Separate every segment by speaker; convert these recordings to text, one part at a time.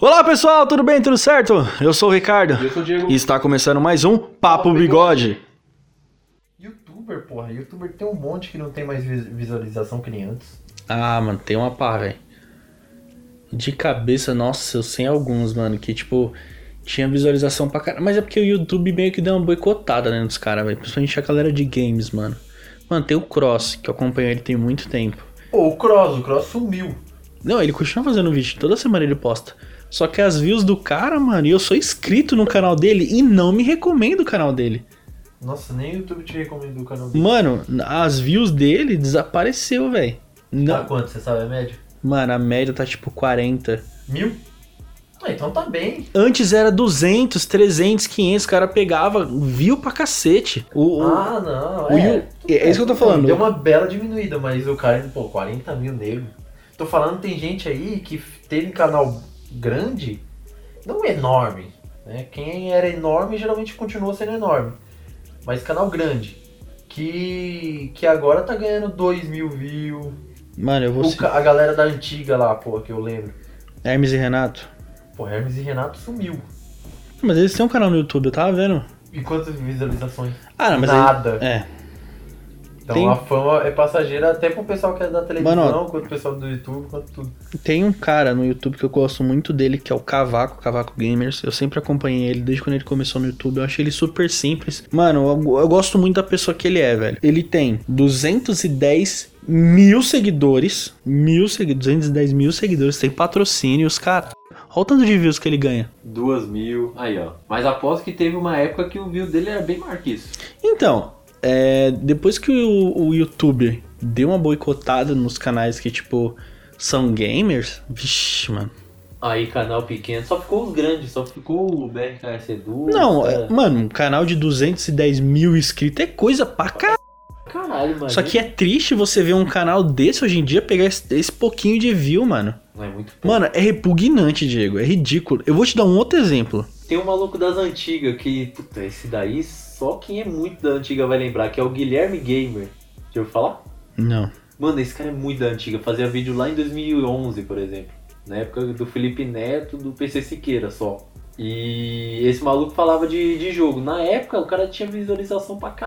Speaker 1: Olá pessoal, tudo bem? Tudo certo? Eu sou o Ricardo
Speaker 2: Eu sou o Diego.
Speaker 1: e está começando mais um Papo Bigode.
Speaker 2: Youtuber, porra. Youtuber tem um monte que não tem mais vis- visualização que nem antes.
Speaker 3: Ah, mano, tem uma pá, velho. De cabeça, nossa, eu sei alguns, mano, que tipo, tinha visualização pra caralho. Mas é porque o YouTube meio que deu uma boicotada, né, nos caras, velho. Principalmente a galera de games, mano. Mano, tem o Cross, que eu acompanho ele tem muito tempo.
Speaker 2: Pô, o Cross, o Cross sumiu.
Speaker 3: Não, ele continua fazendo vídeo, toda semana ele posta. Só que as views do cara, mano, e eu sou inscrito no canal dele e não me recomendo o canal dele.
Speaker 2: Nossa, nem o YouTube te recomendou o canal dele.
Speaker 3: Mano, as views dele desapareceu, velho.
Speaker 2: Tá
Speaker 3: Não.
Speaker 2: quanto, você sabe a média?
Speaker 3: Mano, a média tá tipo 40.
Speaker 2: Mil? Ah, então tá bem.
Speaker 3: Antes era 200, 300, 500, o cara pegava, viu pra cacete. O, o-
Speaker 2: Ah, não.
Speaker 3: o
Speaker 2: é.
Speaker 3: Yu- é isso que eu tô falando.
Speaker 2: Deu uma bela diminuída, mas o cara, pô, 40 mil nego. Tô falando, tem gente aí que f- teve um canal grande, não enorme. Né? Quem era enorme geralmente continua sendo enorme. Mas canal grande. Que, que agora tá ganhando 2 mil views.
Speaker 3: Mano, eu vou.
Speaker 2: O ca- A galera da antiga lá, pô, que eu lembro.
Speaker 3: Hermes e Renato.
Speaker 2: Pô, Hermes e Renato sumiu.
Speaker 3: Mas eles têm um canal no YouTube, eu tava vendo.
Speaker 2: E quantas visualizações?
Speaker 3: Ah, não, mas. aí-
Speaker 2: Nada.
Speaker 3: é.
Speaker 2: Então
Speaker 3: Tem-
Speaker 2: a fama é passageira até pro pessoal que é da televisão,
Speaker 3: Mano,
Speaker 2: quanto o pessoal do YouTube, quanto tudo.
Speaker 3: Tem um cara no YouTube que eu gosto muito dele, que é o Cavaco, Cavaco Gamers. Eu sempre acompanhei ele desde quando ele começou no YouTube. Eu achei ele super simples. Mano, eu, eu gosto muito da pessoa que ele é, velho. Ele tem 210 mil seguidores. Mil seguidores. 210 mil seguidores. Tem patrocínio, os caras. Olha o tanto de views que ele ganha.
Speaker 4: Duas mil. Aí, ó. Mas aposto que teve uma época que o view dele era bem maior que isso.
Speaker 3: Então, é, depois que o, o YouTube deu uma boicotada nos canais que, tipo, são gamers, vixi, mano.
Speaker 4: Aí, canal pequeno. Só ficou os grandes. Só ficou o BRKS Edu. tá?
Speaker 3: Não, é,
Speaker 4: cara.
Speaker 3: mano, um canal de 210 mil inscritos é coisa pra caralho.
Speaker 4: Caralho, mano.
Speaker 3: Só que é triste você ver um canal desse hoje em dia pegar esse, esse pouquinho de view, mano.
Speaker 4: Não é muito pouco.
Speaker 3: Mano, é repugnante, Diego, é ridículo. Eu vou te dar um outro exemplo.
Speaker 4: Tem um maluco das antigas que... Puta, esse daí só quem é muito da antiga vai lembrar. Que é o Guilherme Gamer. Já ouviu falar?
Speaker 3: Não.
Speaker 4: Mano, esse cara é muito da antiga. Fazia vídeo lá em 2011, por exemplo. Na época do Felipe Neto, do PC Siqueira só. E esse maluco falava de, de jogo. Na época, o cara tinha visualização pra c...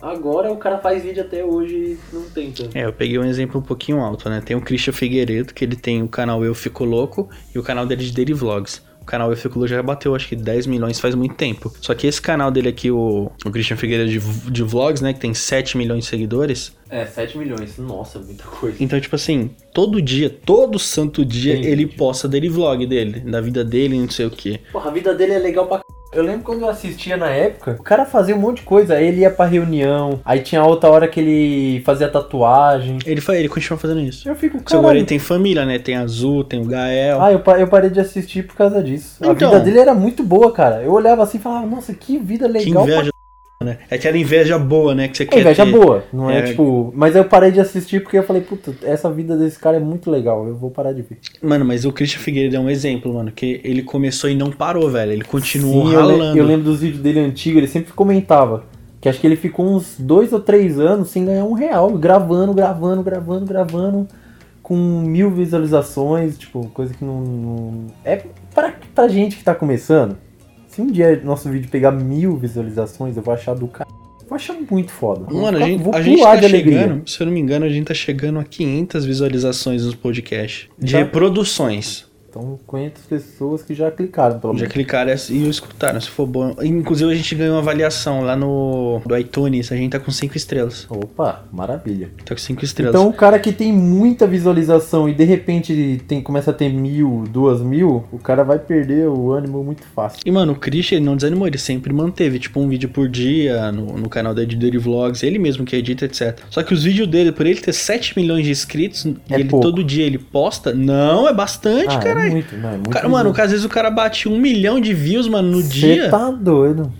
Speaker 4: Agora o cara faz vídeo até hoje e não tem tanto.
Speaker 3: É, eu peguei um exemplo um pouquinho alto, né? Tem o Christian Figueiredo, que ele tem o canal Eu Fico Louco e o canal dele é de Daily Vlogs. O canal Eu Fico Louco já bateu, acho que 10 milhões faz muito tempo. Só que esse canal dele aqui, o, o Christian Figueiredo de, v- de Vlogs, né? Que tem 7 milhões de seguidores.
Speaker 4: É, 7 milhões. Nossa, muita coisa.
Speaker 3: Então, tipo assim, todo dia, todo santo dia,
Speaker 4: Tem
Speaker 3: ele
Speaker 4: vídeo.
Speaker 3: posta Daily Vlog dele, da vida dele, não sei o quê.
Speaker 4: Porra, a vida dele é legal pra c...
Speaker 2: Eu lembro quando eu assistia na época, o cara fazia um monte de coisa. Aí ele ia pra reunião, aí tinha outra hora que ele fazia tatuagem.
Speaker 3: Ele, fa- ele continua fazendo isso.
Speaker 2: Eu fico,
Speaker 3: Seu agora ele
Speaker 2: caralho.
Speaker 3: tem família, né? Tem a Azul, tem o Gael.
Speaker 2: Ah, eu, pa- eu parei de assistir por causa disso. A
Speaker 3: Então.
Speaker 2: vida dele era muito boa, cara. Eu olhava assim e falava, nossa, que vida
Speaker 3: que
Speaker 2: legal.
Speaker 3: inveja, né? É aquela inveja boa, né? Que você
Speaker 2: pra...
Speaker 3: quer
Speaker 2: É inveja
Speaker 3: ter.
Speaker 2: boa, não é,
Speaker 3: É.
Speaker 2: tipo. Mas eu parei de assistir porque eu falei, puta, essa vida desse cara é muito legal, eu vou parar de ver.
Speaker 3: Mano, mas o Christian Figueiredo é um exemplo, mano, que ele começou e não parou, velho. Ele continuou
Speaker 2: Sim, eu, le-
Speaker 3: ralando.
Speaker 2: eu lembro dos vídeos dele antigos, ele sempre comentava. Que acho que ele ficou uns dois ou três anos sem ganhar um real, gravando, gravando, gravando, gravando, com mil visualizações, tipo, coisa que não. não- É pra, pra gente que tá começando. Se um dia nosso vídeo pegar mil visualizações, eu vou achar do cara. Vou achar muito foda. Vou
Speaker 3: Mano, a
Speaker 2: ficar-
Speaker 3: gente,
Speaker 2: vou
Speaker 3: a gente
Speaker 2: pular
Speaker 3: tá
Speaker 2: de alegria.
Speaker 3: chegando, se eu não me engano, a gente tá chegando a 500 visualizações nos podcasts. De
Speaker 2: Tá.
Speaker 3: reproduções.
Speaker 2: Então, 500 pessoas que já clicaram, pelo
Speaker 3: Já
Speaker 2: menos.
Speaker 3: clicaram essa- e escutaram, né? se for bom. Inclusive, a gente ganhou uma avaliação lá no do iTunes. A gente tá com 5 estrelas.
Speaker 2: Opa, maravilha.
Speaker 3: Tá com 5 estrelas.
Speaker 2: Então o cara que tem muita visualização e de repente tem, começa a ter mil, duas mil, o cara vai perder o ânimo muito fácil.
Speaker 3: E, mano, o Christian ele não desanimou, ele sempre manteve, tipo, um vídeo por dia no, no canal dele de Daily Vlogs, ele mesmo que edita, etc. Só que os vídeos dele, por ele ter 7 milhões de inscritos, e ele
Speaker 2: É pouco.
Speaker 3: todo dia ele posta, não, é bastante,
Speaker 2: Ah, é
Speaker 3: caralho.
Speaker 2: muito, não, é muito
Speaker 3: O cara, mano, às vezes o cara bate um milhão de views, mano, no dia.
Speaker 2: Você tá doido.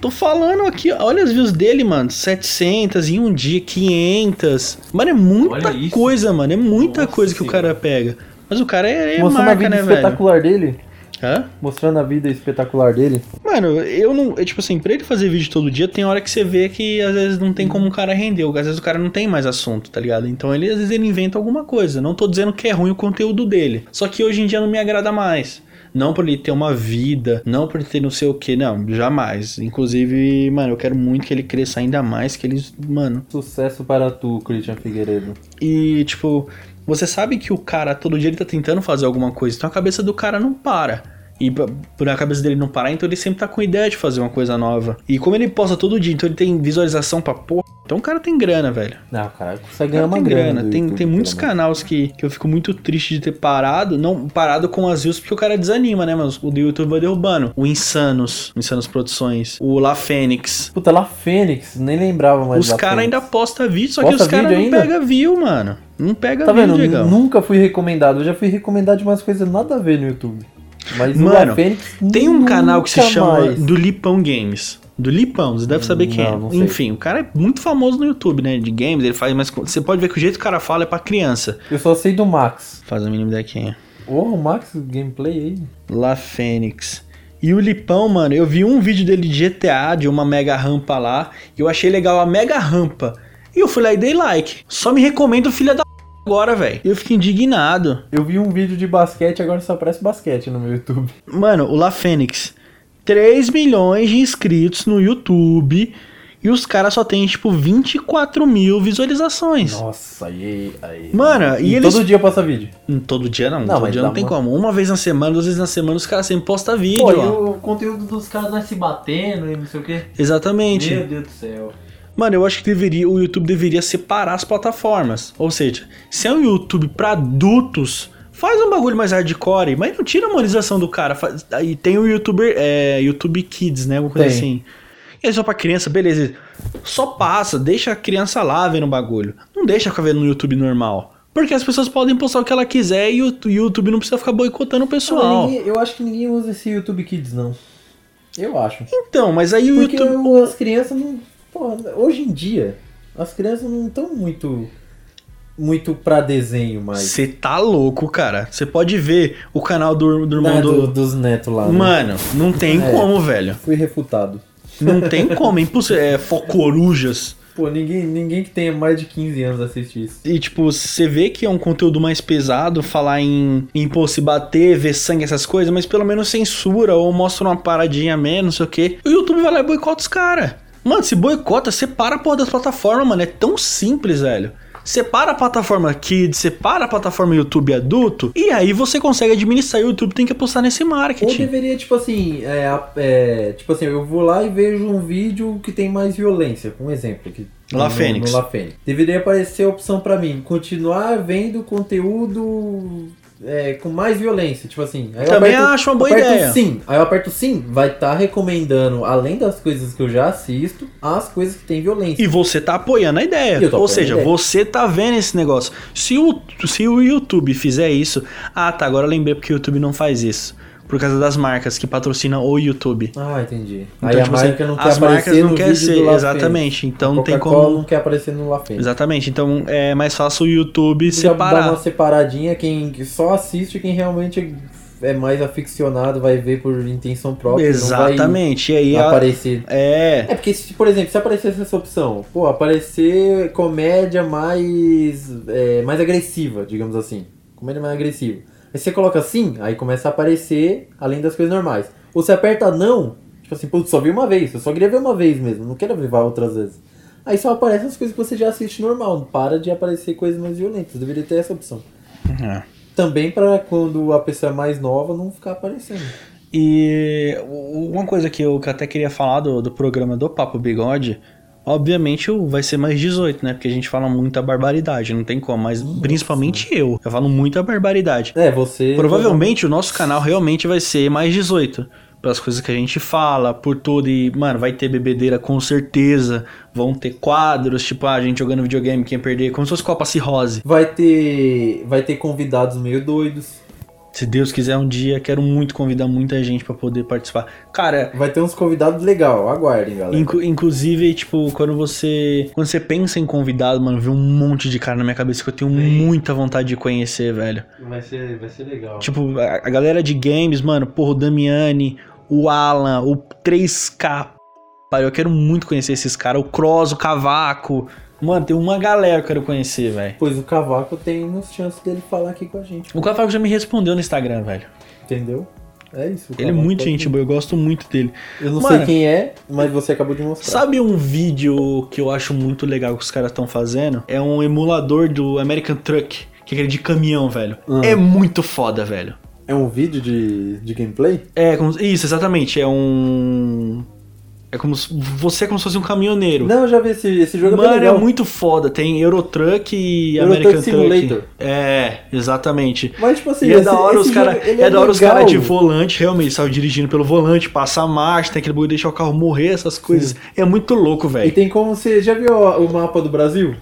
Speaker 3: Tô falando aqui, ó, olha as views dele, mano. 700 em um dia, 500. Mano, é muita
Speaker 4: Olha isso.
Speaker 3: coisa, mano. É muita
Speaker 4: Nossa
Speaker 3: coisa que o
Speaker 4: Senhora.
Speaker 3: cara pega. Mas o cara é, é
Speaker 2: Mostrando a
Speaker 3: marca,
Speaker 2: vida
Speaker 3: né, velho?
Speaker 2: espetacular dele.
Speaker 3: Hã?
Speaker 2: Mostrando a vida espetacular dele.
Speaker 3: Mano, eu não. eu, tipo assim, pra ele fazer vídeo todo dia, tem hora que você vê que às vezes não tem como o cara render, ou às vezes o cara não tem mais assunto, tá ligado? Então ele, às vezes, ele inventa alguma coisa. Não tô dizendo que é ruim o conteúdo dele. Só que hoje em dia não me agrada mais. Não por ele ter uma vida, não por ele ter não sei o que, não, jamais. Inclusive, mano, eu quero muito que ele cresça ainda mais, que ele. Mano.
Speaker 2: Sucesso para tu, Christian Figueiredo.
Speaker 3: E, tipo, você sabe que o cara todo dia ele tá tentando fazer alguma coisa, então a cabeça do cara não para. E pra- por a cabeça dele não parar, então ele sempre tá com ideia de fazer uma coisa nova. E como ele posta todo dia, então ele tem visualização pra porra. Então o cara tem grana, velho.
Speaker 2: Não, o cara
Speaker 3: O
Speaker 2: consegue ganhar
Speaker 3: cara
Speaker 2: uma
Speaker 3: tem
Speaker 2: grana.
Speaker 3: grana.
Speaker 2: do
Speaker 3: Tem,
Speaker 2: YouTube,
Speaker 3: tem muitos
Speaker 2: pelo menos.
Speaker 3: canais que, que eu fico muito triste de ter parado. Não parado com as views, porque o cara desanima, né, mano? O do YouTube vai derrubando. O Insanos, Insanos Produções, o La Fênix.
Speaker 2: Puta, lá Fênix, nem lembrava mais
Speaker 3: Os
Speaker 2: da
Speaker 3: caras
Speaker 2: Fênix.
Speaker 3: ainda postam vídeo, só que
Speaker 2: Posta
Speaker 3: os caras
Speaker 2: vídeo
Speaker 3: não
Speaker 2: ainda?
Speaker 3: pegam view, mano. Não pega
Speaker 2: Tá
Speaker 3: view,
Speaker 2: vendo?
Speaker 3: Diegão.
Speaker 2: Nunca fui recomendado. Eu já fui recomendado de umas coisas nada a ver no YouTube. Mas o
Speaker 3: Mano,
Speaker 2: La Fênix
Speaker 3: Tem um
Speaker 2: nunca
Speaker 3: canal que se chama
Speaker 2: mais.
Speaker 3: do Lipão Games. Do Lipão, você deve saber quem
Speaker 2: Não,
Speaker 3: é.
Speaker 2: não sei.
Speaker 3: Enfim, o cara é muito famoso no YouTube, né? De games, ele faz, mas você pode ver que o jeito que o cara fala é pra criança.
Speaker 2: Eu só sei do Max.
Speaker 3: Faz a mínima ideia quem é.
Speaker 2: Ô, o Max, gameplay aí.
Speaker 3: La Fênix. E o Lipão, mano, eu vi um vídeo dele de GTA, de uma mega rampa lá, e eu achei legal a mega rampa. E eu fui lá e dei like. Só me recomenda o filho da agora, velho. Eu fico indignado.
Speaker 2: Eu vi um vídeo de basquete, agora só aparece basquete no meu YouTube.
Speaker 3: Mano, o La Fênix. 3 milhões de inscritos no YouTube. E os caras só tem, tipo, 24 mil visualizações.
Speaker 2: Nossa, aí, aí.
Speaker 3: Mano, e eles-
Speaker 2: Todo dia passa vídeo.
Speaker 3: Hum, Todo dia não.
Speaker 2: Não,
Speaker 3: todo
Speaker 2: mas
Speaker 3: dia
Speaker 2: dá
Speaker 3: não tem
Speaker 2: uma-
Speaker 3: como. Uma vez na semana, duas vezes na semana, os caras sempre postam vídeo.
Speaker 4: Pô, e
Speaker 3: ó.
Speaker 4: o conteúdo dos caras não é se batendo e não sei o quê.
Speaker 3: Exatamente.
Speaker 4: Meu Deus do céu.
Speaker 3: Mano, eu acho que deveria, o YouTube deveria separar as plataformas. Ou seja, se é um YouTube pra adultos, faz um bagulho mais hardcore, mas não tira a monetização do cara. Faz, aí tem o YouTuber, é, YouTube Kids, né? Alguma coisa
Speaker 2: Tem.
Speaker 3: assim. E é só pra criança, beleza. Só passa, deixa a criança lá vendo o bagulho. Não deixa ficar vendo no YouTube normal. Porque as pessoas podem postar o que ela quiser e o o YouTube não precisa ficar boicotando o
Speaker 2: Não,
Speaker 3: pessoal.
Speaker 2: ninguém- eu acho que ninguém usa esse YouTube Kids, não. Eu acho.
Speaker 3: Então, mas aí o
Speaker 2: Porque
Speaker 3: YouTube.
Speaker 2: o- as crianças não. Porra, hoje em dia, as crianças não estão muito. Muito pra desenho mais.
Speaker 3: Você tá louco, cara. Você pode ver o canal do, do irmão
Speaker 2: Ah,
Speaker 3: do,
Speaker 2: do- dos netos lá. né?
Speaker 3: Mano, não tem
Speaker 2: É.
Speaker 3: como, velho.
Speaker 2: Fui refutado.
Speaker 3: Não tem como, é impossível. É focorujas.
Speaker 2: Pô, ninguém, ninguém que tenha mais de 15 anos assiste isso.
Speaker 3: E, tipo, você vê que é um conteúdo mais pesado, falar em, em pô, se bater, ver sangue, essas coisas, mas pelo menos censura ou mostra uma paradinha a menos, não sei o quê. O YouTube vai lá e boicota os caras. Mano, se boicota, separa a porra das plataformas, mano. É tão simples, velho. Separa a plataforma Kids, separa a plataforma YouTube adulto, e aí você consegue administrar e o YouTube tem que apostar nesse
Speaker 2: Ou
Speaker 3: marketing.
Speaker 2: deveria, tipo assim, é, a- é, tipo assim, eu vou lá e vejo um vídeo que tem mais violência, um exemplo. Que,
Speaker 3: La Fênix.
Speaker 2: No La Fênix. Deveria aparecer a opção pra mim, continuar vendo conteúdo é, com mais violência, tipo assim. Aí eu
Speaker 3: Também
Speaker 2: aperto-
Speaker 3: acho uma boa
Speaker 2: aperto
Speaker 3: ideia.
Speaker 2: sim, aí eu aperto sim, vai estar recomendando, além das coisas que eu já assisto, as coisas que tem violência.
Speaker 3: E você tá apoiando a ideia.
Speaker 2: E eu tô
Speaker 3: Ou
Speaker 2: apoiando
Speaker 3: seja,
Speaker 2: a ideia.
Speaker 3: você tá vendo esse negócio. Se o, se o YouTube fizer isso. Ah, tá. Agora eu lembrei porque o YouTube não faz isso. Por causa das marcas que patrocinam o YouTube.
Speaker 2: Ah, entendi.
Speaker 3: Então,
Speaker 2: aí
Speaker 3: tipo
Speaker 2: a
Speaker 3: assim,
Speaker 2: marca não quer
Speaker 3: as marcas
Speaker 2: aparecer
Speaker 3: não
Speaker 2: no
Speaker 3: quer
Speaker 2: vídeo do
Speaker 3: ser.
Speaker 2: La Fênix.
Speaker 3: Exatamente. Então não tem
Speaker 2: Coca-Cola
Speaker 3: como.
Speaker 2: não quer aparecer no La Fênix.
Speaker 3: Exatamente. Então é mais fácil o YouTube
Speaker 2: Já Dá
Speaker 3: separar.
Speaker 2: uma separadinha, quem que só assiste, quem realmente é mais aficionado vai ver por intenção própria.
Speaker 3: Exatamente. E aí.
Speaker 2: Não
Speaker 3: a-
Speaker 2: vai aparecer.
Speaker 3: É.
Speaker 2: É porque, se, por exemplo, se aparecesse essa opção, pô, aparecer comédia mais, é, mais agressiva, digamos assim. Comédia mais agressiva. Aí você coloca assim, aí começa a aparecer além das coisas normais. Ou você aperta não, tipo assim, putz, só vi uma vez, eu só queria ver uma vez mesmo, não quero ver outras vezes. Aí só aparecem as coisas que você já assiste normal, para de aparecer coisas mais violentas, deveria ter essa opção. Uhum.
Speaker 3: É.
Speaker 2: Também pra quando a pessoa é mais nova não ficar aparecendo.
Speaker 3: E u- uma coisa que eu que eu até queria falar do, do programa do Papo Bigode, obviamente o- vai ser mais 18, né? Porque a gente fala muita barbaridade, não tem como, mas principalmente eu, eu falo muita barbaridade.
Speaker 2: É, você.
Speaker 3: Provavelmente o nosso canal realmente vai ser mais 18. Pelas coisas que a gente fala, por tudo. E, mano, vai ter bebedeira com certeza. Vão ter quadros, tipo, ah, a gente jogando videogame, quem perder, como se fosse Copa Cirrose.
Speaker 2: Vai ter. Vai ter convidados meio doidos.
Speaker 3: Se Deus quiser um dia, quero muito convidar muita gente pra poder participar. Cara,
Speaker 2: Vai ter uns convidados legal, aguardem, galera.
Speaker 3: inclu- inclusive, tipo, quando você. Quando você pensa em convidado, mano, vem um monte de cara na minha cabeça que eu tenho
Speaker 4: Sim.
Speaker 3: muita vontade de conhecer, velho.
Speaker 4: Vai ser, vai ser legal.
Speaker 3: Tipo, a, a galera de games, mano, porra, o Damiani, o Alan, o 3K. Pai, eu quero muito conhecer esses caras. O Cross, o Cavaco. Mano, tem uma galera que eu quero conhecer, velho.
Speaker 2: Pois o Cavaco tem umas chances dele falar aqui com a gente,
Speaker 3: O Cavaco já me respondeu no Instagram, velho.
Speaker 2: entendeu? É isso. o
Speaker 3: Ele é
Speaker 2: Cavaco
Speaker 3: muito
Speaker 2: tá aqui.
Speaker 3: gente boa, eu gosto muito dele.
Speaker 2: Eu não
Speaker 3: Mano.
Speaker 2: sei quem é, mas você acabou de mostrar.
Speaker 3: Sabe um vídeo que eu acho muito legal que os caras estão fazendo? É um emulador do American Truck, que é aquele de caminhão, velho.
Speaker 2: Hum.
Speaker 3: É muito foda, velho.
Speaker 2: É um vídeo de, de gameplay?
Speaker 3: É, como- isso, exatamente. É um. É como se- você é como se fosse um caminhoneiro.
Speaker 2: Não, eu já vi esse, esse jogo é
Speaker 3: Mano,
Speaker 2: bem legal.
Speaker 3: é muito foda. Tem Eurotruck e
Speaker 2: Eurotruck
Speaker 3: American
Speaker 2: Simulator.
Speaker 3: Truck. É, exatamente.
Speaker 2: Mas, tipo assim,
Speaker 3: E é
Speaker 2: esse-
Speaker 3: da hora os
Speaker 2: esse
Speaker 3: cara,
Speaker 2: jogo,
Speaker 3: é,
Speaker 2: ele
Speaker 3: da hora os cara
Speaker 2: legal.
Speaker 3: de volante, realmente, sabe, dirigindo pelo volante, passa a marcha, tem aquele bagulho de deixar o carro morrer, essas coisas. É muito louco,
Speaker 2: E
Speaker 3: velho.
Speaker 2: tem como você. Já viu o o mapa do Brasil?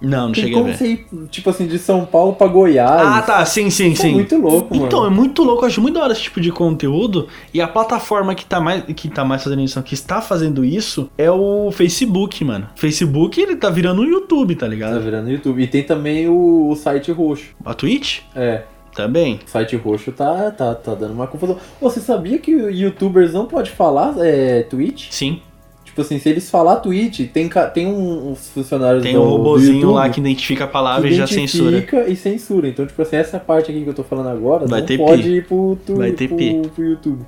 Speaker 3: Não, não
Speaker 2: Tem
Speaker 3: cheguei a
Speaker 2: como
Speaker 3: ver.
Speaker 2: você ir, tipo assim, de São Paulo pra Goiás.
Speaker 3: Ah, tá, sim, sim,
Speaker 2: Isso
Speaker 3: sim.
Speaker 2: É muito louco, mano.
Speaker 3: Então, é muito louco, eu acho muito da hora esse tipo de conteúdo. E a plataforma que tá mais, que tá mais fazendo isso, que está fazendo isso, é o Facebook, mano. Facebook, ele tá virando um YouTube, tá
Speaker 2: Tá
Speaker 3: ligado?
Speaker 2: virando YouTube. E tem também o, o site roxo.
Speaker 3: A Twitch
Speaker 2: É,
Speaker 3: também.
Speaker 2: o site roxo tá, tá, tá dando uma confusão. Ô, Você sabia que youtubers não pode falar é, Twitch?
Speaker 3: Sim.
Speaker 2: Tipo assim, se eles falar Twitch, tem, ca- tem um, uns funcionários
Speaker 3: Tem
Speaker 2: do,
Speaker 3: um
Speaker 2: do
Speaker 3: robozinho
Speaker 2: YouTube
Speaker 3: lá que identifica a palavra e já
Speaker 2: identifica
Speaker 3: censura.
Speaker 2: e censura. Então, tipo assim, essa parte aqui que eu tô falando agora
Speaker 3: Vai
Speaker 2: não
Speaker 3: ter
Speaker 2: pode
Speaker 3: pi.
Speaker 2: ir pro, tu-
Speaker 3: Vai ter
Speaker 2: pro-
Speaker 3: pi.
Speaker 2: pro YouTube.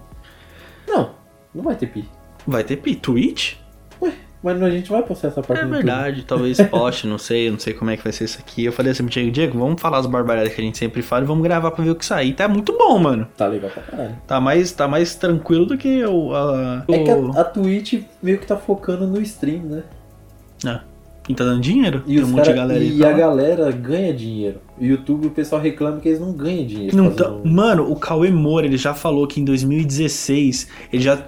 Speaker 2: Não, não vai ter pi.
Speaker 3: Vai ter pi. Twitch?
Speaker 2: Mas a gente vai postar essa parte
Speaker 3: É
Speaker 2: no
Speaker 3: verdade, talvez poste, não sei, eu não sei como é que vai ser isso aqui. Eu falei assim pro Diego, Diego, vamos falar as barbaridades que a gente sempre fala e vamos gravar pra ver o que sair. Tá muito bom, mano.
Speaker 2: YouTube. Tá legal pra caralho.
Speaker 3: Tá mais, tá mais tranquilo do que o. A,
Speaker 2: É que
Speaker 3: o-
Speaker 2: a, a Twitch meio que tá focando no stream, né?
Speaker 3: E tá dando dinheiro?
Speaker 2: E,
Speaker 3: Tem um
Speaker 2: os
Speaker 3: monte de
Speaker 2: cara,
Speaker 3: galera aí.
Speaker 2: e
Speaker 3: pra
Speaker 2: a
Speaker 3: lá.
Speaker 2: galera ganha dinheiro. O YouTube, o pessoal reclama que eles um- não ganham dinheiro.
Speaker 3: Não
Speaker 2: fazendo-
Speaker 3: tá- Mano, o Cauê Moura, ele já falou que em 2016 ele já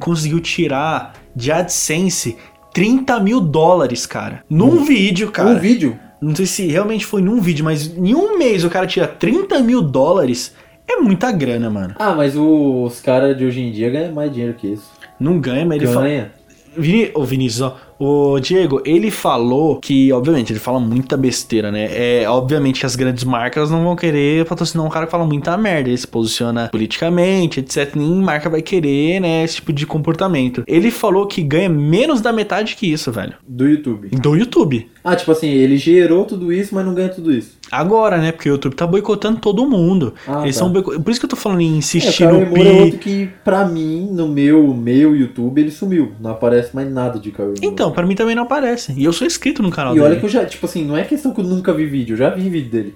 Speaker 3: conseguiu tirar de AdSense 30 mil dólares, cara. Num vídeo, cara.
Speaker 2: Um vídeo?
Speaker 3: Não sei se realmente foi num vídeo, mas em um mês o cara tira 30 mil dólares. É muita grana, mano.
Speaker 2: Ah, mas os caras de hoje em dia ganham mais dinheiro que isso.
Speaker 3: Não ganha, mas ele fala.
Speaker 2: ganha.
Speaker 3: Vini, ô Vinícius, ó, o Diego, ele falou que, obviamente, ele fala muita besteira, né? É, obviamente que as grandes marcas não vão querer patrocinar um cara que fala muita merda, ele se posiciona politicamente, etc. Nem marca vai querer, né, esse tipo de comportamento. Ele falou que ganha menos da metade que isso, velho.
Speaker 2: Do YouTube.
Speaker 3: Do YouTube.
Speaker 2: Ah, tipo assim, ele gerou tudo isso, mas não ganha tudo isso.
Speaker 3: Agora, né? Porque o YouTube tá boicotando todo mundo.
Speaker 2: Ah,
Speaker 3: Eles
Speaker 2: tá.
Speaker 3: são boico- Por isso que eu tô falando em insistir
Speaker 2: É, o Cauê
Speaker 3: no
Speaker 2: Moura é
Speaker 3: pi.
Speaker 2: outro que, pra mim, no meu, meu YouTube, ele sumiu. Não aparece mais nada de Cauê Moura.
Speaker 3: Então, pra mim também não aparece. E eu sou inscrito no canal
Speaker 2: E
Speaker 3: dele.
Speaker 2: olha que eu já, tipo assim, não é questão que eu nunca vi vídeo, eu já vi vídeo dele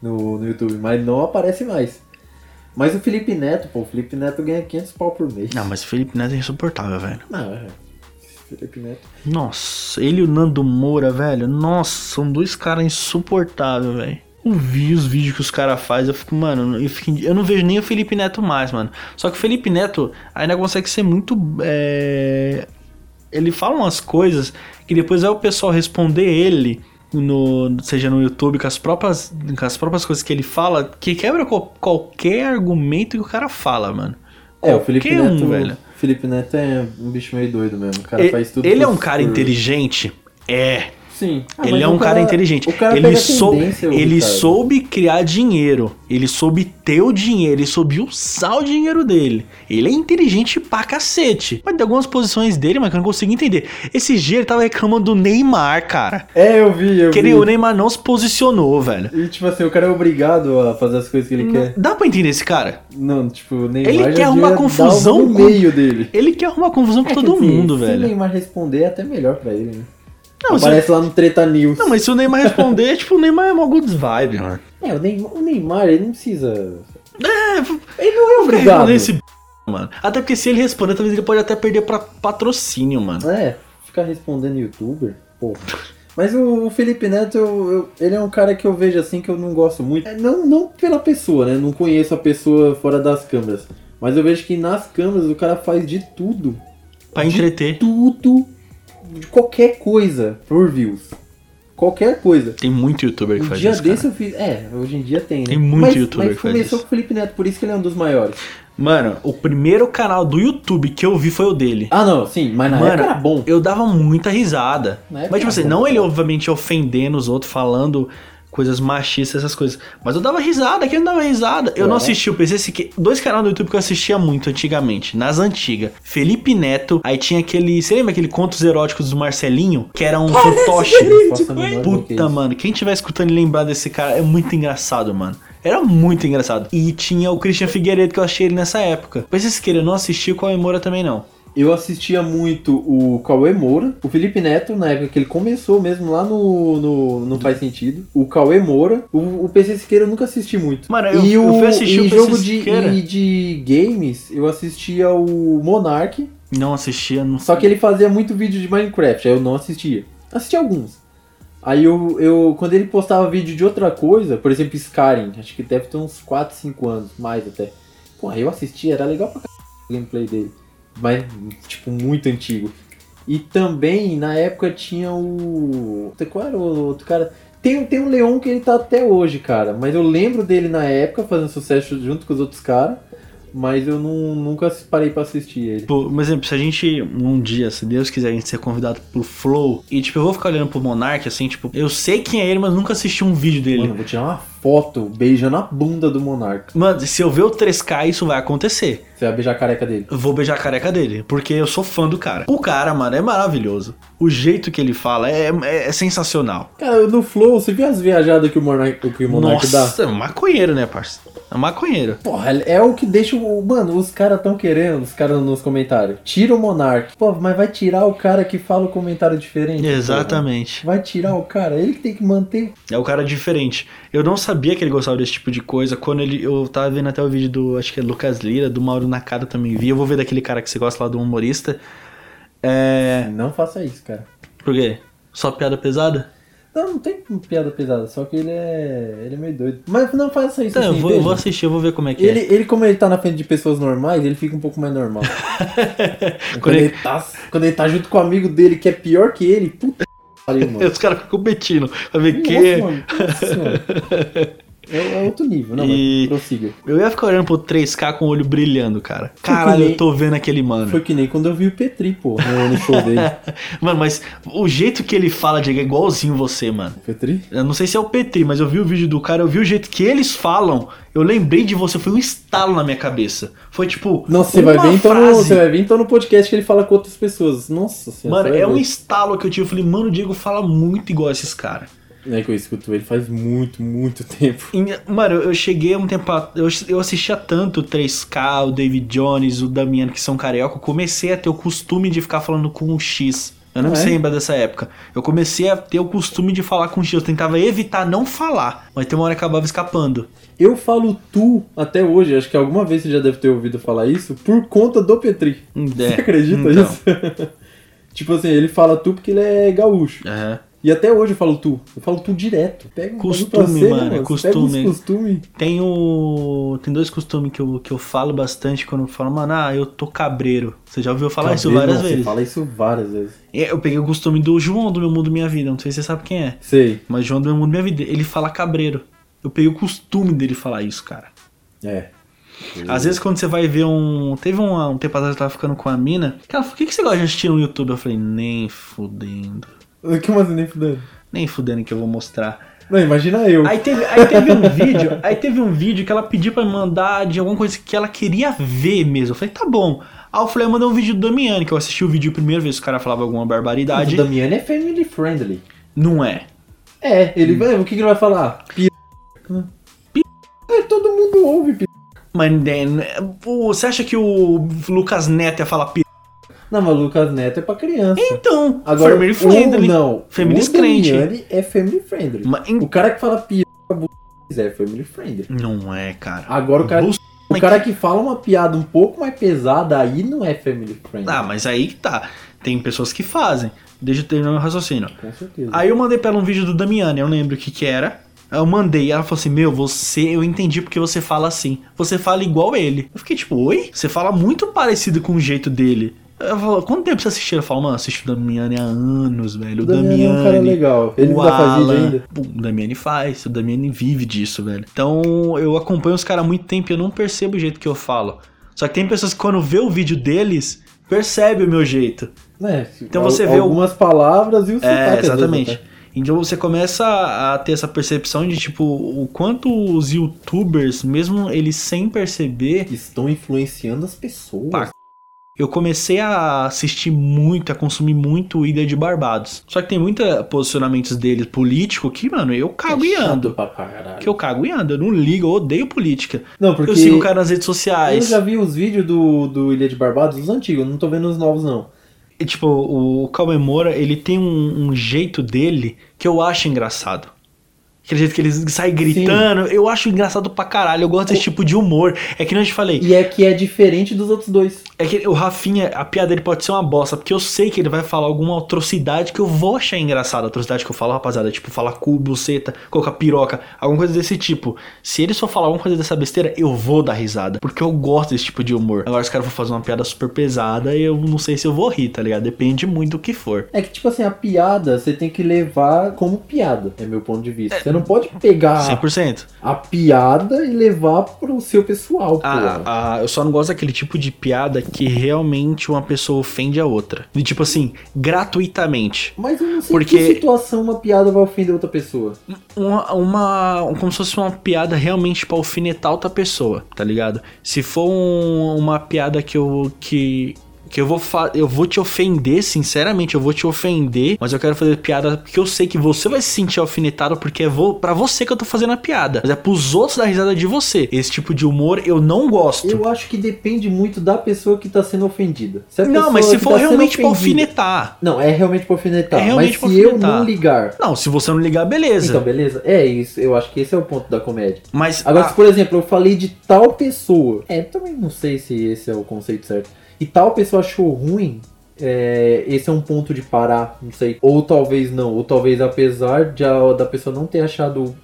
Speaker 2: no, no YouTube, mas não aparece mais. Mas o Felipe Neto, pô, o Felipe Neto ganha 500 pau por mês.
Speaker 3: Não, mas o Felipe Neto é insuportável, velho.
Speaker 2: Não, é. Felipe Neto.
Speaker 3: Nossa, ele e o Nando Moura, velho. Nossa, são dois caras insuportáveis, velho. Eu vi os vídeos que os caras fazem, eu fico, mano, eu, fico- eu não vejo nem o Felipe Neto mais, mano. Só que o Felipe Neto ainda consegue ser muito. é, Ele fala umas coisas que depois é o pessoal responder ele, no, seja no YouTube, com as, próprias, com as próprias coisas que ele fala, que quebra qual- qualquer argumento que o cara fala, mano.
Speaker 2: É, o Felipe
Speaker 3: Qualquer
Speaker 2: Neto.
Speaker 3: um, velho.
Speaker 2: Felipe Neto é um bicho meio doido mesmo. O cara
Speaker 3: E-
Speaker 2: faz tudo
Speaker 3: ele é
Speaker 2: por-
Speaker 3: um cara
Speaker 2: por-
Speaker 3: inteligente? É,
Speaker 2: Sim. Ah,
Speaker 3: ele
Speaker 2: mas
Speaker 3: é
Speaker 2: o
Speaker 3: um cara, inteligente.
Speaker 2: o cara
Speaker 3: ele
Speaker 2: pega
Speaker 3: soube,
Speaker 2: tendência, o
Speaker 3: ele
Speaker 2: Ricardo.
Speaker 3: soube criar dinheiro. Ele soube ter o dinheiro. Ele soube usar o dinheiro dele. Ele é inteligente pra cacete. Mas tem algumas posições dele, mas que eu não consigo entender. Esse dia ele tava reclamando do Neymar, cara.
Speaker 2: É, eu vi, eu
Speaker 3: Que ele-
Speaker 2: vi.
Speaker 3: o Neymar não se posicionou, velho.
Speaker 2: E tipo assim, o cara é obrigado a fazer as coisas que ele quer.
Speaker 3: Dá pra entender esse cara?
Speaker 2: Não, tipo, o Neymar
Speaker 3: Ele
Speaker 2: já
Speaker 3: quer
Speaker 2: devia
Speaker 3: arrumar
Speaker 2: dar
Speaker 3: confusão
Speaker 2: no
Speaker 3: com-
Speaker 2: meio dele.
Speaker 3: Ele quer arrumar confusão com
Speaker 2: É,
Speaker 3: todo
Speaker 2: quer dizer,
Speaker 3: mundo,
Speaker 2: se
Speaker 3: velho.
Speaker 2: o Neymar responder, é até melhor pra ele, né?
Speaker 3: Não, se-
Speaker 2: Aparece lá no Treta News.
Speaker 3: não, mas se o Neymar responder, tipo, o Neymar é uma good vibe, mano.
Speaker 2: É, o Neymar, o Neymar, ele não precisa...
Speaker 3: É,
Speaker 2: Ele não
Speaker 3: Por
Speaker 2: é
Speaker 3: que
Speaker 2: obrigado.
Speaker 3: responder esse b... mano? Até porque se ele responder, talvez ele pode até perder pra patrocínio, mano.
Speaker 2: É, ficar respondendo youtuber, pô. Mas o o Felipe Neto, eu- eu- ele é um cara que eu vejo assim que eu não gosto muito. É, Não, não pela pessoa, né? Não conheço a pessoa fora das câmeras. Mas eu vejo que nas câmeras o cara faz de tudo
Speaker 3: Pra entreter.
Speaker 2: tudo, de qualquer coisa por views. qualquer coisa.
Speaker 3: Tem muito youtuber que
Speaker 2: Um
Speaker 3: faz
Speaker 2: dia
Speaker 3: isso. cara.
Speaker 2: desse eu fiz. É, hoje em dia tem, né?
Speaker 3: Tem muito
Speaker 2: mas,
Speaker 3: youtuber
Speaker 2: mas
Speaker 3: que faz
Speaker 2: começou
Speaker 3: isso.
Speaker 2: com o Felipe Neto, por isso que ele é um dos maiores.
Speaker 3: Mano, o primeiro canal do YouTube que eu vi foi o dele.
Speaker 2: Ah, não, sim, mas na
Speaker 3: Mano,
Speaker 2: época era bom.
Speaker 3: eu dava muita risada.
Speaker 2: Na época
Speaker 3: Mas, tipo
Speaker 2: era
Speaker 3: assim,
Speaker 2: bom.
Speaker 3: não ele, obviamente, ofendendo os outros, falando coisas machistas, essas coisas. Mas eu dava risada, quem não dava risada? Eu não
Speaker 2: É.
Speaker 3: assisti o PC Siqueira. Dois canais do YouTube que eu assistia muito antigamente, nas antigas. Felipe Neto, aí tinha aquele. Você lembra aquele Contos Eróticos do Marcelinho? Que era um fantoche.
Speaker 2: Eu faço a menor ideia do que é
Speaker 3: Puta,
Speaker 2: isso.
Speaker 3: mano, quem tiver escutando e lembrar desse cara é muito engraçado, mano. Era muito engraçado. E tinha o Christian Figueiredo que eu achei ele nessa época. Mas esse queira, eu não assisti o Cauê Moura também não.
Speaker 2: Eu assistia muito o Cauê Moura, o Felipe Neto, na época que ele começou mesmo lá no, no Não Faz Sentido. O Cauê Moura, o, o PC Siqueira eu nunca assisti muito.
Speaker 3: Mano, eu-
Speaker 2: e
Speaker 3: eu
Speaker 2: o,
Speaker 3: fui assistir
Speaker 2: e
Speaker 3: o PC
Speaker 2: jogo de,
Speaker 3: Siqueira.
Speaker 2: e de games, eu assistia o Monark,
Speaker 3: Não assistia, não
Speaker 2: só que ele fazia muito vídeo de Minecraft, aí eu não assistia. Assisti alguns. Aí eu, eu, quando ele postava vídeo de outra coisa, por exemplo, Skyrim, acho que deve ter uns 4, 5 anos, mais até. Pô, aí eu assistia, era legal pra caralho o gameplay dele. Mas, tipo, muito antigo. E também, na época, tinha o... Puta, Qual era o outro cara? Tem, tem um Leon que ele tá até hoje, cara. Mas eu lembro dele na época, fazendo sucesso junto com os outros caras. Mas eu não, nunca parei pra assistir ele.
Speaker 3: Tipo, por exemplo, se a gente um dia, se Deus quiser, a gente ser convidado pro Flow, e tipo, eu vou ficar olhando pro Monark, assim, tipo, eu sei quem é ele, mas nunca assisti um vídeo dele.
Speaker 2: Mano, eu
Speaker 3: Mano,
Speaker 2: vou tirar uma foto beijando a bunda do Monarca.
Speaker 3: se eu ver o 3K, isso vai acontecer.
Speaker 2: Você vai beijar a careca dele.
Speaker 3: Eu vou beijar a careca dele, porque eu sou fã do cara. O cara, mano, é maravilhoso. O jeito que ele fala é, é- é sensacional.
Speaker 2: Cara, no Flow, você viu as viajadas que o Monarca, que o Monarca dá?
Speaker 3: Nossa, é um maconheiro, né, parça? É um maconheiro.
Speaker 2: Porra, é o que deixa o. Mano, os caras tão querendo, os caras nos comentários. Tira o Monark. Pô, mas vai tirar o cara que fala o comentário diferente.
Speaker 3: Exatamente.
Speaker 2: porra. Vai tirar o cara, ele que tem que manter.
Speaker 3: É o cara diferente. Eu não sabia que ele gostava desse tipo de coisa. Quando ele. Eu tava vendo até o vídeo do. Acho que é Lucas Lira, do Mauro Nakata também vi. Eu vou ver daquele cara que você gosta lá do humorista. É.
Speaker 2: Não faça isso, cara.
Speaker 3: Por quê? Só piada pesada?
Speaker 2: Não, não tem piada pesada, só que ele é. Ele é meio doido. Mas não faça isso
Speaker 3: Então, eu
Speaker 2: assim,
Speaker 3: vou, eu vou
Speaker 2: beija.
Speaker 3: assistir, eu vou ver como é que
Speaker 2: Ele, ele, como ele tá na frente de pessoas normais, ele fica um pouco mais normal.
Speaker 3: é.
Speaker 2: quando,
Speaker 3: Quando é
Speaker 2: ele tá, quando ele tá junto com o amigo dele que é pior que ele, puta que pariu, mano.
Speaker 3: ele- Os caras ficam competindo. Pra ver
Speaker 2: Nossa,
Speaker 3: que. é.
Speaker 2: mano, nossa, mano. É, é outro nível, não,
Speaker 3: E-
Speaker 2: mas prossiga.
Speaker 3: Eu ia ficar olhando pro 3K com o olho brilhando, cara. Caralho, eu tô vendo aquele mano.
Speaker 2: Foi que nem quando eu vi o Petri, pô, no, no show dele.
Speaker 3: Mano, mas o jeito que ele fala, Diego, é igualzinho você, mano.
Speaker 2: Petri?
Speaker 3: Eu não sei se é o Petri, mas eu vi o vídeo do cara, eu vi o jeito que eles falam. Eu lembrei de você, foi um estalo na minha cabeça. Foi tipo.
Speaker 2: Nossa, você vai,
Speaker 3: uma
Speaker 2: ver, então no,
Speaker 3: frase.
Speaker 2: você vai ver então no podcast que ele fala com outras pessoas. Nossa senhora.
Speaker 3: Mano,
Speaker 2: você
Speaker 3: é um
Speaker 2: vai
Speaker 3: estalo que eu tive. Eu falei, mano, o Diego fala muito igual esses caras.
Speaker 2: ver. É que eu escuto ele faz muito, muito tempo.
Speaker 3: E, Mano, eu cheguei um tempo. a- Eu, eu assistia tanto o 3K, o David Jones, o Damiano, que são carioca. Eu comecei a ter o costume de ficar falando com um X. Eu não
Speaker 2: Ah,
Speaker 3: me
Speaker 2: é?
Speaker 3: lembro dessa época. Eu comecei a ter o costume de falar com X. Eu tentava evitar não falar, mas tem uma hora que acabava escapando.
Speaker 2: Eu falo tu até hoje, acho que alguma vez você já deve ter ouvido falar isso, por conta do Petri.
Speaker 3: É,
Speaker 2: Hum, Você acredita
Speaker 3: então.
Speaker 2: nisso? tipo assim, ele fala tu porque ele é gaúcho.
Speaker 3: Aham.
Speaker 2: E até hoje eu falo tu. Eu falo tu direto. Pega um
Speaker 3: Costume,
Speaker 2: bagulho pra você, né,
Speaker 3: mano, é
Speaker 2: mano? Você pega uns
Speaker 3: costume.
Speaker 2: costume.
Speaker 3: Tem o. Tem dois costumes que eu, que eu falo bastante quando eu falo, mano, ah, eu tô cabreiro. Você já ouviu falar isso
Speaker 2: Cabelo,
Speaker 3: várias
Speaker 2: não, Você
Speaker 3: vezes.
Speaker 2: fala isso várias vezes.
Speaker 3: É, Eu peguei o costume do João do Meu Mundo Minha Vida, não sei se você sabe quem é.
Speaker 2: Sei.
Speaker 3: Mas João do Meu Mundo Minha Vida, ele fala cabreiro. Eu peguei o costume dele falar isso, cara.
Speaker 2: É.
Speaker 3: Às vezes quando você vai ver um. Teve um, um tempo atrás eu tava ficando com a mina. Cara, por que, que você gosta de assistir no YouTube? Eu falei, nem fudendo.
Speaker 2: O que mais assim, nem fudendo?
Speaker 3: Nem fudendo que eu vou mostrar.
Speaker 2: Não, imagina eu.
Speaker 3: Aí teve, aí teve um vídeo, aí teve um vídeo que ela pediu pra me mandar de alguma coisa que ela queria ver mesmo. Eu falei, tá bom. Aí eu falei, eu mandei um vídeo do Damiani, que eu assisti o vídeo primeiro, ver se o cara falava alguma
Speaker 2: Mas
Speaker 3: barbaridade.
Speaker 2: O Damiano é family friendly.
Speaker 3: Não é.
Speaker 2: É, ele vai. O que, que ele vai falar? P.
Speaker 3: Hum. Pi-
Speaker 2: É, todo mundo ouve, p.
Speaker 3: Mas then, o- você acha que o Lucas Neto ia falar p...
Speaker 2: Não, mas o Lucas Neto é pra criança.
Speaker 3: Então,
Speaker 2: Agora,
Speaker 3: family
Speaker 2: o-
Speaker 3: friendly.
Speaker 2: Não.
Speaker 3: Feminist
Speaker 2: o
Speaker 3: crente.
Speaker 2: Damiani é family friendly.
Speaker 3: Mas en-
Speaker 2: O cara que fala piada é family friendly.
Speaker 3: Não é, cara.
Speaker 2: Agora o cara,
Speaker 3: Bus-
Speaker 2: o cara que fala uma piada um pouco mais pesada aí não é family friendly.
Speaker 3: Ah, mas aí que tá. Tem pessoas que fazem. Deixa eu terminar meu raciocínio.
Speaker 2: Com certeza.
Speaker 3: Aí eu mandei pra ela um vídeo do Damiani, eu não lembro o que que era. Aí Eu mandei, ela falou assim: Meu, você, eu entendi porque você fala assim. Você fala igual ele. Eu fiquei tipo, oi? Você fala muito parecido com o jeito dele. Eu falo, quanto tempo você assistiu? Eu falo, mano, assisto o Damiani há anos, velho. O
Speaker 2: O Damiani é um cara
Speaker 3: Damiani.
Speaker 2: legal. Ele
Speaker 3: o
Speaker 2: não tá fazendo
Speaker 3: Alan.
Speaker 2: ainda.
Speaker 3: Pô, O Damiani faz, o Damiani vive disso, velho. Então eu acompanho os caras há muito tempo e eu não percebo o jeito que eu falo. Só que tem pessoas que quando vê o vídeo deles, percebe o meu jeito.
Speaker 2: É,
Speaker 3: Então
Speaker 2: al-
Speaker 3: você vê o-
Speaker 2: algumas palavras e o sotaque.
Speaker 3: É,
Speaker 2: às vezes, né?
Speaker 3: exatamente.
Speaker 2: até.
Speaker 3: Então você começa a a ter essa percepção de, tipo, o quanto os youtubers, mesmo eles sem perceber,
Speaker 2: Estão influenciando as pessoas.
Speaker 3: Pá, eu comecei a assistir muito, a consumir muito Ilha de Barbados. Só que tem muitos posicionamentos deles político que, mano, eu cago e
Speaker 2: É chato
Speaker 3: ando.
Speaker 2: pra caralho.
Speaker 3: Que eu cago e ando, eu não ligo, eu odeio política.
Speaker 2: Não, porque
Speaker 3: Eu sigo o cara nas redes
Speaker 2: eu
Speaker 3: sociais.
Speaker 2: já vi os vídeos do, do Ilha de Barbados, os antigos, não tô vendo os novos não.
Speaker 3: E, tipo, o Cauê Moura, ele tem um, um jeito dele que eu acho engraçado. Aquele jeito que ele sai gritando, eu acho engraçado pra caralho, eu gosto desse tipo de humor. É que nem eu te falei,
Speaker 2: E é que é diferente dos outros dois.
Speaker 3: é que o Rafinha, a piada dele pode ser uma bosta, porque eu sei que ele vai falar alguma atrocidade que eu vou achar engraçada. A atrocidade que eu falo, rapaziada, tipo, falar cu, buceta, colocar piroca, alguma coisa desse tipo. Se ele só falar alguma coisa dessa besteira, eu vou dar risada, porque eu gosto desse tipo de humor. Agora os caras vão fazer uma piada super pesada e eu não sei se eu vou rir, tá ligado? Depende muito do que for.
Speaker 2: É que, tipo assim, a piada você tem que levar como piada, é meu ponto de vista. Você não pode
Speaker 3: Ah.
Speaker 2: pegar
Speaker 3: 100%.
Speaker 2: a piada e levar pro seu pessoal,
Speaker 3: Ah,
Speaker 2: porra.
Speaker 3: ah, eu só não gosto daquele tipo de piada que realmente uma pessoa ofende a outra. De tipo assim, gratuitamente.
Speaker 2: Mas eu não sei
Speaker 3: Porque-
Speaker 2: em que situação uma piada vai ofender outra pessoa.
Speaker 3: Uma, uma- Como se fosse uma piada realmente pra alfinetar outra pessoa, tá ligado? Se for um- uma piada que eu. que. Que eu vou, fa- eu vou te ofender, sinceramente, eu vou te ofender, mas eu quero fazer piada porque eu sei que você vai se sentir alfinetado porque é vo... pra você que eu tô fazendo a piada. Mas é pros outros dar risada de você. Esse tipo de humor eu não gosto.
Speaker 2: Eu acho que depende muito da pessoa que tá sendo ofendida. a
Speaker 3: Não,
Speaker 2: pessoa
Speaker 3: mas se
Speaker 2: que
Speaker 3: for
Speaker 2: tá sendo
Speaker 3: realmente pra
Speaker 2: ofendida-
Speaker 3: alfinetar.
Speaker 2: Não, é realmente pra alfinetar.
Speaker 3: É realmente pra
Speaker 2: mas se eu
Speaker 3: alfinetar.
Speaker 2: não ligar.
Speaker 3: Não, se você não ligar, beleza.
Speaker 2: Então, beleza? É isso. Eu acho que esse é o ponto da comédia.
Speaker 3: Mas
Speaker 2: Agora,
Speaker 3: ah,
Speaker 2: se por exemplo, eu falei de tal pessoa. É, também não sei se esse é o conceito certo. E tal pessoa achou ruim. é, esse é um ponto de parar, não sei. Ou talvez não. Ou talvez apesar de a- da pessoa não ter achado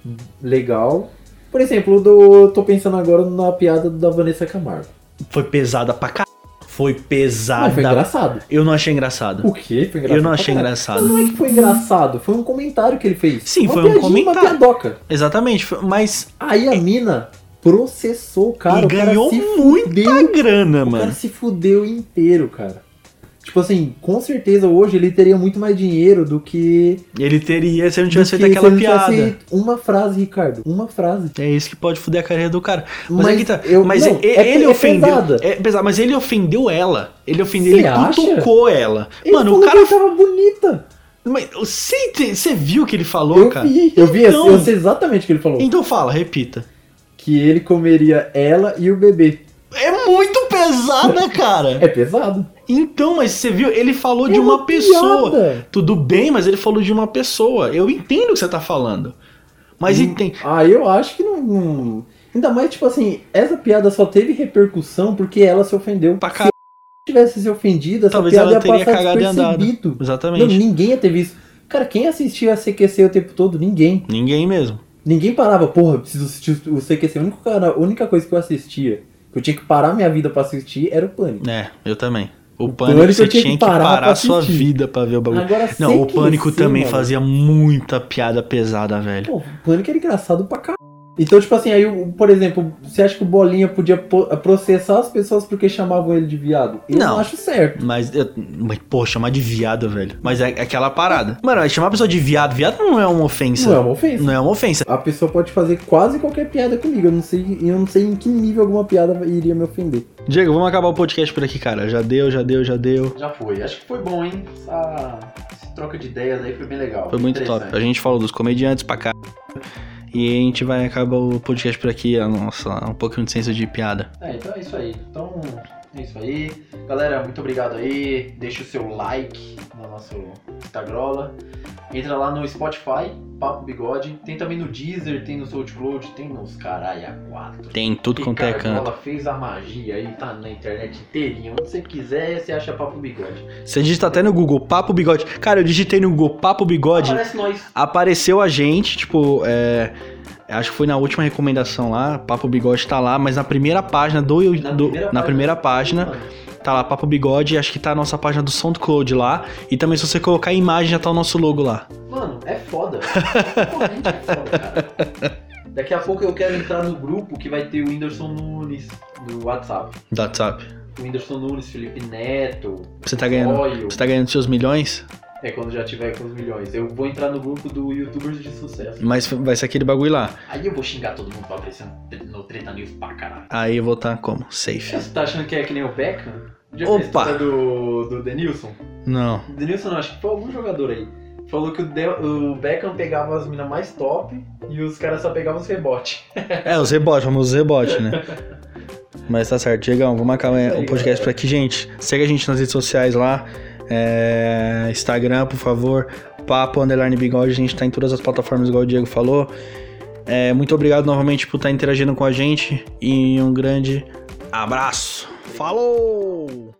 Speaker 2: legal. Por exemplo, o do, eu tô pensando agora na piada da Vanessa Camargo.
Speaker 3: foi pesada pra caralho. Foi
Speaker 2: Mas foi
Speaker 3: pesada.
Speaker 2: engraçado.
Speaker 3: eu não achei engraçado.
Speaker 2: O quê? Foi engraçado?
Speaker 3: Ah, Eu não
Speaker 2: pra
Speaker 3: achei
Speaker 2: caralho. Mas
Speaker 3: engraçado.
Speaker 2: não é que foi engraçado, foi um comentário que ele fez.
Speaker 3: Sim,
Speaker 2: Uma
Speaker 3: foi um
Speaker 2: piadinha, Uma
Speaker 3: comentário.
Speaker 2: piadoca.
Speaker 3: Exatamente, foi- mas
Speaker 2: Aí a mina processou o cara.
Speaker 3: E
Speaker 2: o cara
Speaker 3: ganhou um
Speaker 2: se
Speaker 3: muita
Speaker 2: fudeu
Speaker 3: a grana,
Speaker 2: O cara
Speaker 3: mano.
Speaker 2: se fudeu inteiro, cara. Tipo assim, com certeza hoje ele teria muito mais dinheiro do que.
Speaker 3: Ele teria se eu não
Speaker 2: do que
Speaker 3: tivesse feito aquela
Speaker 2: se ele não
Speaker 3: piada.
Speaker 2: tivesse Uma frase, Ricardo. Uma frase.
Speaker 3: É isso que pode fuder a carreira do cara. Mas, é que tá.
Speaker 2: eu-
Speaker 3: mas
Speaker 2: não,
Speaker 3: e-
Speaker 2: é-
Speaker 3: ele
Speaker 2: é
Speaker 3: ofendeu.
Speaker 2: pesada.
Speaker 3: É pesado, mas ele ofendeu ela. Ele ofendeu,
Speaker 2: Cê
Speaker 3: ele
Speaker 2: acha?
Speaker 3: cutucou ela.
Speaker 2: Ele
Speaker 3: mano, o
Speaker 2: falou
Speaker 3: cara.
Speaker 2: que ela tava bonita.
Speaker 3: Mas você você viu o que ele falou,
Speaker 2: Eu
Speaker 3: cara?
Speaker 2: vi, eu vi,
Speaker 3: Então-
Speaker 2: eu sei exatamente o que ele falou.
Speaker 3: Então fala, repita.
Speaker 2: Que ele comeria ela e o bebê.
Speaker 3: É muito pesada, cara.
Speaker 2: É pesado.
Speaker 3: Então, mas você viu? Ele falou de
Speaker 2: É
Speaker 3: uma, pessoa.
Speaker 2: piada.
Speaker 3: Tudo bem, mas ele falou de uma pessoa. Eu entendo o que você tá falando. Mas
Speaker 2: Hum.
Speaker 3: entende.
Speaker 2: Ah, eu acho que não, não- Ainda mais, tipo assim, essa piada só teve repercussão porque ela se ofendeu.
Speaker 3: Pra caralho.
Speaker 2: Se ela tivesse se ofendido, essa
Speaker 3: Talvez
Speaker 2: piada
Speaker 3: ela
Speaker 2: ia
Speaker 3: teria
Speaker 2: passar
Speaker 3: cagado e andado.
Speaker 2: despercebido. Não,
Speaker 3: Exatamente.
Speaker 2: ninguém ia ter visto. Cara, quem assistia a CQC o tempo todo? Ninguém.
Speaker 3: Ninguém mesmo.
Speaker 2: Ninguém parava, porra, eu preciso assistir o CQC. O único cara- A única, coisa que eu assistia, que eu tinha que parar minha vida pra assistir, era o Pânico.
Speaker 3: É, eu também. O
Speaker 2: Pânico
Speaker 3: pânico, você
Speaker 2: eu tinha
Speaker 3: tinha que
Speaker 2: que parar
Speaker 3: parar
Speaker 2: pra
Speaker 3: a sua
Speaker 2: assistir.
Speaker 3: vida pra ver o bagulho.
Speaker 2: Agora,
Speaker 3: Não, o
Speaker 2: CQC,
Speaker 3: pânico também
Speaker 2: mano,
Speaker 3: fazia muita piada pesada, velho.
Speaker 2: Pô, o Pânico era engraçado pra caralho. Então, tipo assim, aí, o- por exemplo, você acha que o Bolinha podia po- eh, processar as pessoas porque chamavam ele de viado? Eu não,
Speaker 3: Não.
Speaker 2: acho certo.
Speaker 3: Mas, eu- mas, pô, chamar de viado, velho. Mas é, é aquela parada. Mano, chamar a pessoa de viado, viado não é uma ofensa.
Speaker 2: Não é uma ofensa.
Speaker 3: Não é uma ofensa.
Speaker 2: A pessoa pode fazer quase qualquer piada comigo. Eu não sei, eu não sei em que nível alguma piada iria me ofender.
Speaker 3: Diego, vamos acabar o podcast por aqui, cara. Já deu, já deu, já deu.
Speaker 4: Já foi. Acho que foi bom, hein? Essa, essa troca de ideias aí foi bem legal.
Speaker 3: Foi muito top.
Speaker 4: Interessante.
Speaker 3: A gente falou dos comediantes pra cá. E a gente vai acabar o podcast por aqui. Ah, Nossa, um pouquinho de senso de piada.
Speaker 4: É, então é isso aí. Então é isso aí. Galera, muito obrigado aí. Deixa o seu like no nosso Instagram. Entra lá no Spotify, Papo Bigode. Tem também no Deezer, tem no SoundCloud, tem nos Caralha 4.
Speaker 3: Tem tudo quanto é canto.
Speaker 4: Ela fez a magia aí, tá na internet inteirinha. Onde você quiser, você acha Papo Bigode.
Speaker 3: Você digita até no Google Papo Bigode. Cara, eu digitei no Google Papo Bigode.
Speaker 4: Parece nós.
Speaker 3: apareceu a gente, tipo, é, acho que foi na última
Speaker 4: assim,
Speaker 3: recomendação lá, Papo Bigode tá lá, mas na primeira página do, do- na primeira página, Tá lá, Papo Bigode, acho que tá a nossa página do SoundCloud lá. E também se você colocar a imagem, já tá o nosso logo lá.
Speaker 2: Mano, é foda. Realmente é foda, cara. Daqui a pouco eu quero entrar no grupo que vai ter o Whindersson Nunes no WhatsApp.
Speaker 3: Do WhatsApp.
Speaker 2: O Whindersson Nunes, Felipe Neto,
Speaker 3: Você tá ganhando.
Speaker 2: Oil.
Speaker 3: Você tá ganhando seus milhões,
Speaker 2: É quando já tiver com os milhões. Eu vou entrar no grupo do Youtubers de Sucesso.
Speaker 3: mas vai ser aquele bagulho lá.
Speaker 2: Aí eu vou xingar todo mundo pra aparecer no- no Treta News pra caralho.
Speaker 3: Aí eu vou tá como? Safe.
Speaker 2: Você tá achando que é que nem o Beckham? Já
Speaker 3: Opa!
Speaker 2: fez essa do, do Denilson?
Speaker 3: Não.
Speaker 2: O Denilson não, acho que foi algum jogador aí. Falou que o, De- o Beckham pegava as minas mais top e os caras só pegavam os rebotes.
Speaker 3: É, os rebotes, vamos os rebotes, né? Mas tá certo, Diegão, vamos acabar
Speaker 2: Isso aí,
Speaker 3: o podcast por aqui, gente. Segue a gente nas redes sociais lá. é, Instagram, por favor. Papo Underline Bigode, a gente tá em todas as plataformas, igual o Diego falou. É, muito obrigado novamente tá por estar interagindo com a gente. E um grande abraço. Falou!